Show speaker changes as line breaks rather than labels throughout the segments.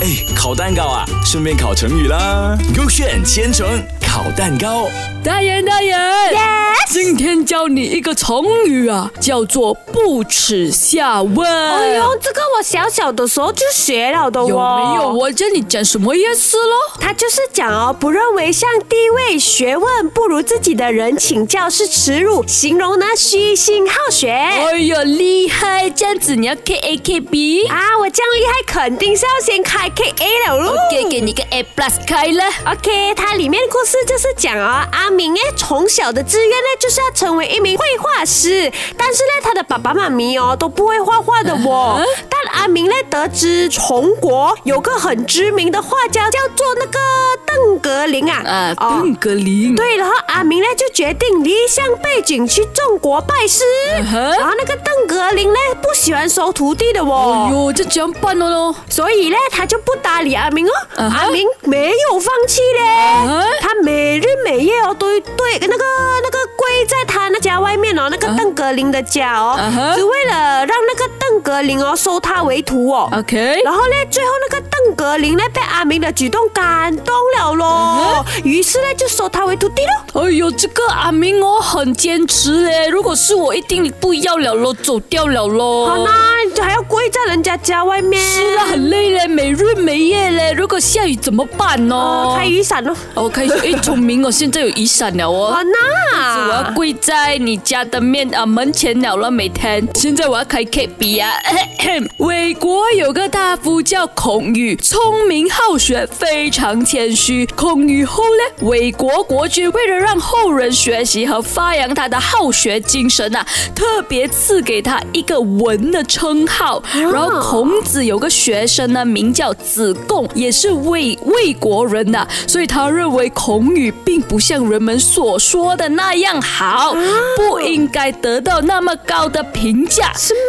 哎，烤蛋糕啊，顺便烤成语啦。勾选千层烤蛋糕，
大人，大人
哎 Yes
今天教你一个成语啊，叫做不耻下问。
哎呦，这个我小小的时候就学了的哦。
有没有？？我叫你讲什么意思咯？
他就是讲哦，不认为向地位、学问不如自己的人请教是耻辱，形容呢虚心好学。
哎呀，厉害！这样子你要 K A K B，
啊，我这样厉害，肯定是要先开 K A 了喽。
哦给给你个 A plus 开了。
OK，它里面故事就是讲哦，阿明哎，从小的志愿呢就是要成为一名绘画师，但是呢，他的爸爸妈咪哦都不会画画的 哦。
嗯
但阿明呢得知从国有个很知名的画家叫做那个邓格林啊，
呃，
哦
邓格林。
对，然后阿明呢就决定离乡背井去中国拜师。
嗯哼
然后那个邓格林呢不喜欢收徒弟的
哎
哦，
呦，这怎么办哦？
所以呢他就不搭理阿明哦。
嗯哼
阿明没有放弃
嗯
嘞，他每日每夜哦都对那个那个跪在他那家外面哦，那个邓格林的家哦
嗯哼，
只为了让那个邓格林哦收他为徒哦。
OK，
然后呢，最后那个邓格林呢被阿明的举动感动了
嗯
咯，于是呢就收他为徒弟咯。
哎呦，这个阿明我很坚持嘞，如果是我一定不要了咯，走掉了咯。
好啦，你还要跪在人家家外面。
哦是啊，很累嘞，没日没夜嘞，如果下雨怎么办
呃
哦？
开雨伞哦。
哦， 开雨，哎，聪明哦，现在有雨伞了哦
好。
我要
啦，
跪在你家的面啊门前了了，每天。现在我要开 K B 啊。 魏国有个大夫叫孔宇，聪明好学，非常谦虚。孔宇后呢，魏国国君为了让后人学习和发扬他的好学精神啊，特别赐给他一个文的称号。然后孔子有个学生呢，名叫子贡，也是魏魏国人呐、所以他认为孔语并不像人们所说的那样好，不应该得到那么高的评价。
是咩？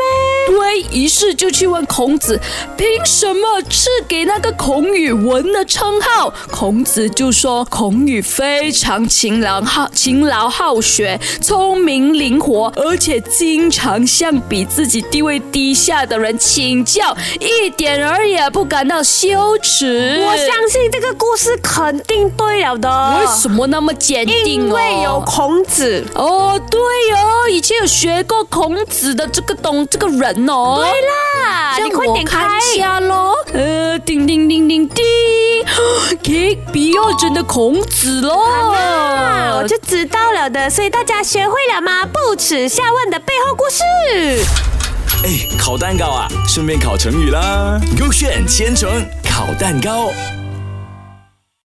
对，于是就去问孔子，凭什么赐给那个孔宇文的称号？孔子就说，孔宇非常勤劳好勤劳好学，聪明灵活，而且经常向比自己地位低下的人请教，一点儿也不感到羞耻。
我相信这个故事肯定对了
为
的，
什么那么坚定
因
哦？
为有孔子。
哦，对哦，以前有学过孔子的这个东这个人哦。对啦。
啊
让
你快
我
点
看
开
一！下喽。呃，叮叮叮叮 叮，K B 二真的孔子喽。
啊，哦我就知道了的，所以大家学会了吗？不耻下问的背后故事。
哎，烤蛋糕啊，顺便烤成语啦。勾选千层烤蛋糕。